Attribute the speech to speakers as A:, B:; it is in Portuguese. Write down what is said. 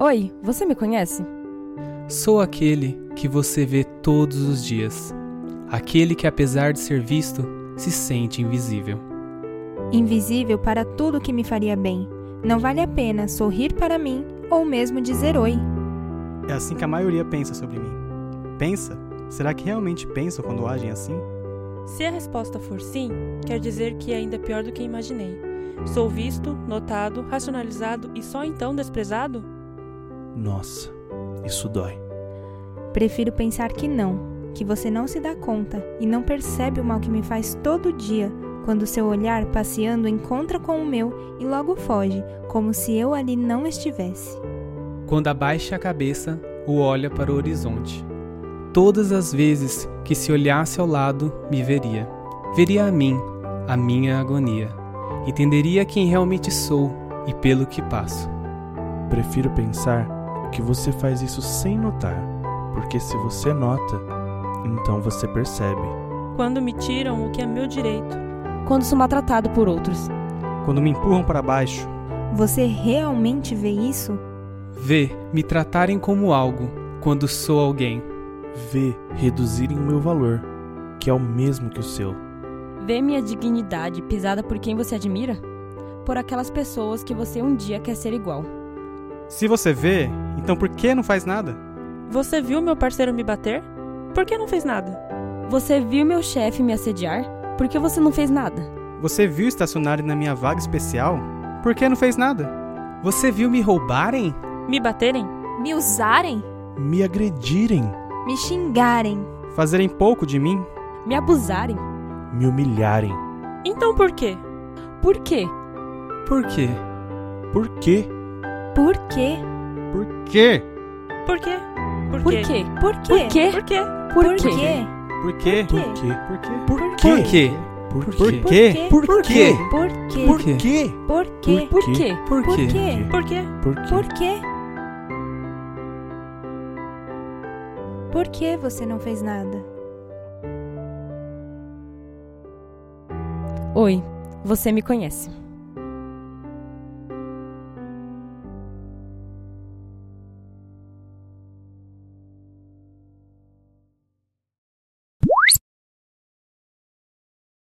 A: Oi, você me conhece?
B: Sou aquele que você vê todos os dias. Aquele que, apesar de ser visto, se sente invisível.
A: Invisível para tudo que me faria bem. Não vale a pena sorrir para mim ou mesmo dizer oi.
C: É assim que a maioria pensa sobre mim. Pensa? Será que realmente pensam quando agem assim?
D: Se a resposta for sim, quer dizer que é ainda pior do que imaginei. Sou visto, notado, racionalizado e só então desprezado?
E: Nossa, isso dói.
A: Prefiro pensar que não, que você não se dá conta e não percebe o mal que me faz todo dia, quando seu olhar passeando encontra com o meu e logo foge, como se eu ali não estivesse.
B: Quando abaixa a cabeça, o olha para o horizonte. Todas as vezes que se olhasse ao lado, me veria. Veria a mim, a minha agonia. Entenderia quem realmente sou e pelo que passo.
E: Prefiro pensar que você faz isso sem notar, porque se você nota, então você percebe.
D: Quando me tiram o que é meu direito?
F: Quando sou maltratado por outros.
C: Quando me empurram para baixo,
A: Você realmente vê isso?
B: Vê me tratarem como algo quando sou alguém.
E: Vê reduzirem o meu valor, que é o mesmo que o seu.
F: Vê minha dignidade pisada por quem você admira? Por aquelas pessoas que você um dia quer ser igual.
C: se você vê, então por que não faz nada?
D: Você viu meu parceiro me bater? Por que não fez nada?
F: Você viu meu chefe me assediar? Por que você não fez nada?
C: Você viu estacionarem na minha vaga especial? Por que não fez nada?
B: Você viu me roubarem?
D: Me baterem?
A: Me usarem?
E: Me agredirem,
A: Me xingarem?
C: Fazerem pouco de mim?
F: Me abusarem?
E: me humilharem.
D: Então por quê?
F: Por quê?
B: Por quê?
E: Por quê?
A: Por quê?
C: Por quê?
D: Por quê?
F: Por quê?
A: Por quê?
F: Por quê?
D: Por quê?
F: Por quê?
C: Por quê?
A: Por
E: Por
A: quê?
C: Por
E: quê?
C: quê?
E: Por
B: Por quê?
E: Por quê?
C: Por quê?
A: Por quê? Por quê?
E: Por quê? Por
B: quê?
E: quê?
A: Por quê?
F: Por quê?
A: Por
B: Por quê?
A: quê?
D: Por quê?
E: Por
A: Por
E: quê?
A: quê? Por que você não fez nada?
F: Oi, você me conhece.